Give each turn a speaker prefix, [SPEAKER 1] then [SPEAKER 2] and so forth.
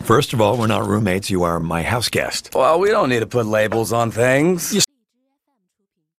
[SPEAKER 1] First of all, we're not roommates. You are my house guest.
[SPEAKER 2] Well, we don't need to put labels on things.
[SPEAKER 1] You